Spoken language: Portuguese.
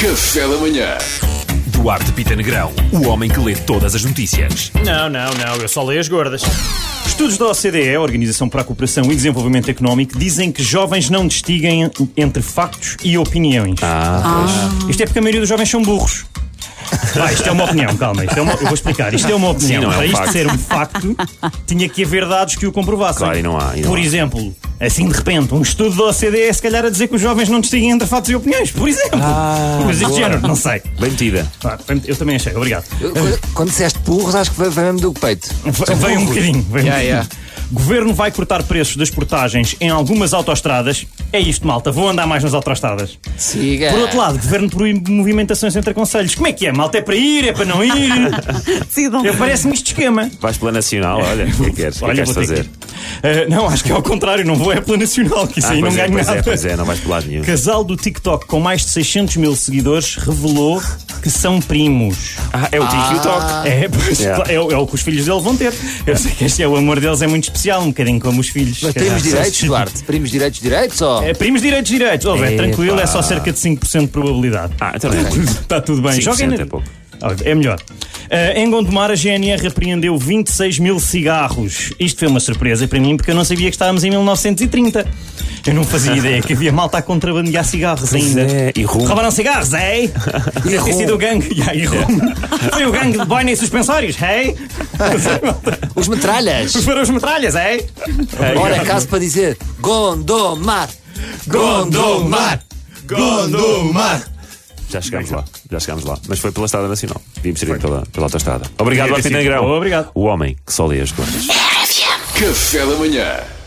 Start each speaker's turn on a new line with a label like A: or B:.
A: Café da Manhã.
B: Duarte Pita Negrão, o homem que lê todas as notícias.
C: Não, não, não, eu só leio as gordas.
D: Estudos da OCDE, a Organização para a Cooperação e Desenvolvimento Económico, dizem que jovens não distinguem entre factos e opiniões.
B: Ah,
D: Isto é porque a maioria dos jovens são burros. Ah, isto é uma opinião, calma, isto é uma- eu vou explicar. Isto é uma opinião.
B: Sim, não é um
D: para isto
B: facto.
D: ser um facto, tinha que haver dados que o comprovassem.
B: Claro, e não há, e não
D: Por
B: há.
D: exemplo, assim de repente, um estudo da OCDE é se calhar a dizer que os jovens não distinguem entre factos e opiniões, por exemplo.
B: Ah,
D: Mas deste género, não sei.
B: Bem metida.
D: Ah, Eu também achei, obrigado.
E: Quando- Quando disseste burros, acho que veio veio mesmo do peito.
D: Ve- Veio um bocadinho. Veio um bocadinho. Governo vai cortar preços das portagens em algumas autoestradas. É isto, malta. Vou andar mais nas autoestradas.
E: Siga.
D: Por outro lado, governo proíbe movimentações entre conselhos. Como é que é, malta? É para ir? É para não ir?
F: Decidam.
D: Eu Parece-me este esquema.
B: Vais pela Nacional, olha. O que é que queres, o que é que
D: Olha,
B: queres
D: vou ter
B: fazer?
D: que- Ah, não, acho que é ao contrário. Não vou é pela nacional, que isso aí não
B: pois, é,
D: ganho
B: pois
D: nada.
B: é, pois é, não vais pelo lado nenhum.
D: Casal do TikTok com mais de 600 mil seguidores revelou que são primos.
B: Ah, é o TikTok.
D: É, pois,
B: Yeah.
D: é, o- é o que os filhos dele vão ter. Eu sei que este é o amor deles, é muito especial, um bocadinho como os filhos.
E: Mas
D: Quer
E: primos
D: dizer,
E: direitos, Duarte? Primos direitos, direitos? Ou...
D: É, primos direitos, direitos. Oh, é, tranquilo, é só cerca de 5% de probabilidade.
B: Ah, então não é bem.
D: Está tudo bem.
B: 5%
D: Joguem na-
B: é pouco.
D: Ah, É melhor. Ah, em Gondomar, a GNR apreendeu 26 mil cigarros. Isto foi uma surpresa para mim, porque eu não sabia que estávamos em 1930. Eu não fazia ideia que havia malta a contrabandear cigarros ainda.
B: é, e rum.
D: Roubaram cigarros, hein? E ter sido o gangue. Yeah, e rum. Foi o gangue de boina e suspensórios, hein?
E: Os metralhas.
D: Foram os metralhas, hein?
E: Ora, é caso para dizer Gondomar. Gondomar. Gondomar.
B: Já chegámos lá. Já chegámos lá. Mas foi pela Estrada Nacional. Devíamos ter ido pela, pela autoestrada. Obrigado, Duarte Pita Negrão.
D: Obrigado.
B: O homem que só lê as coisas.
A: Café da Manhã.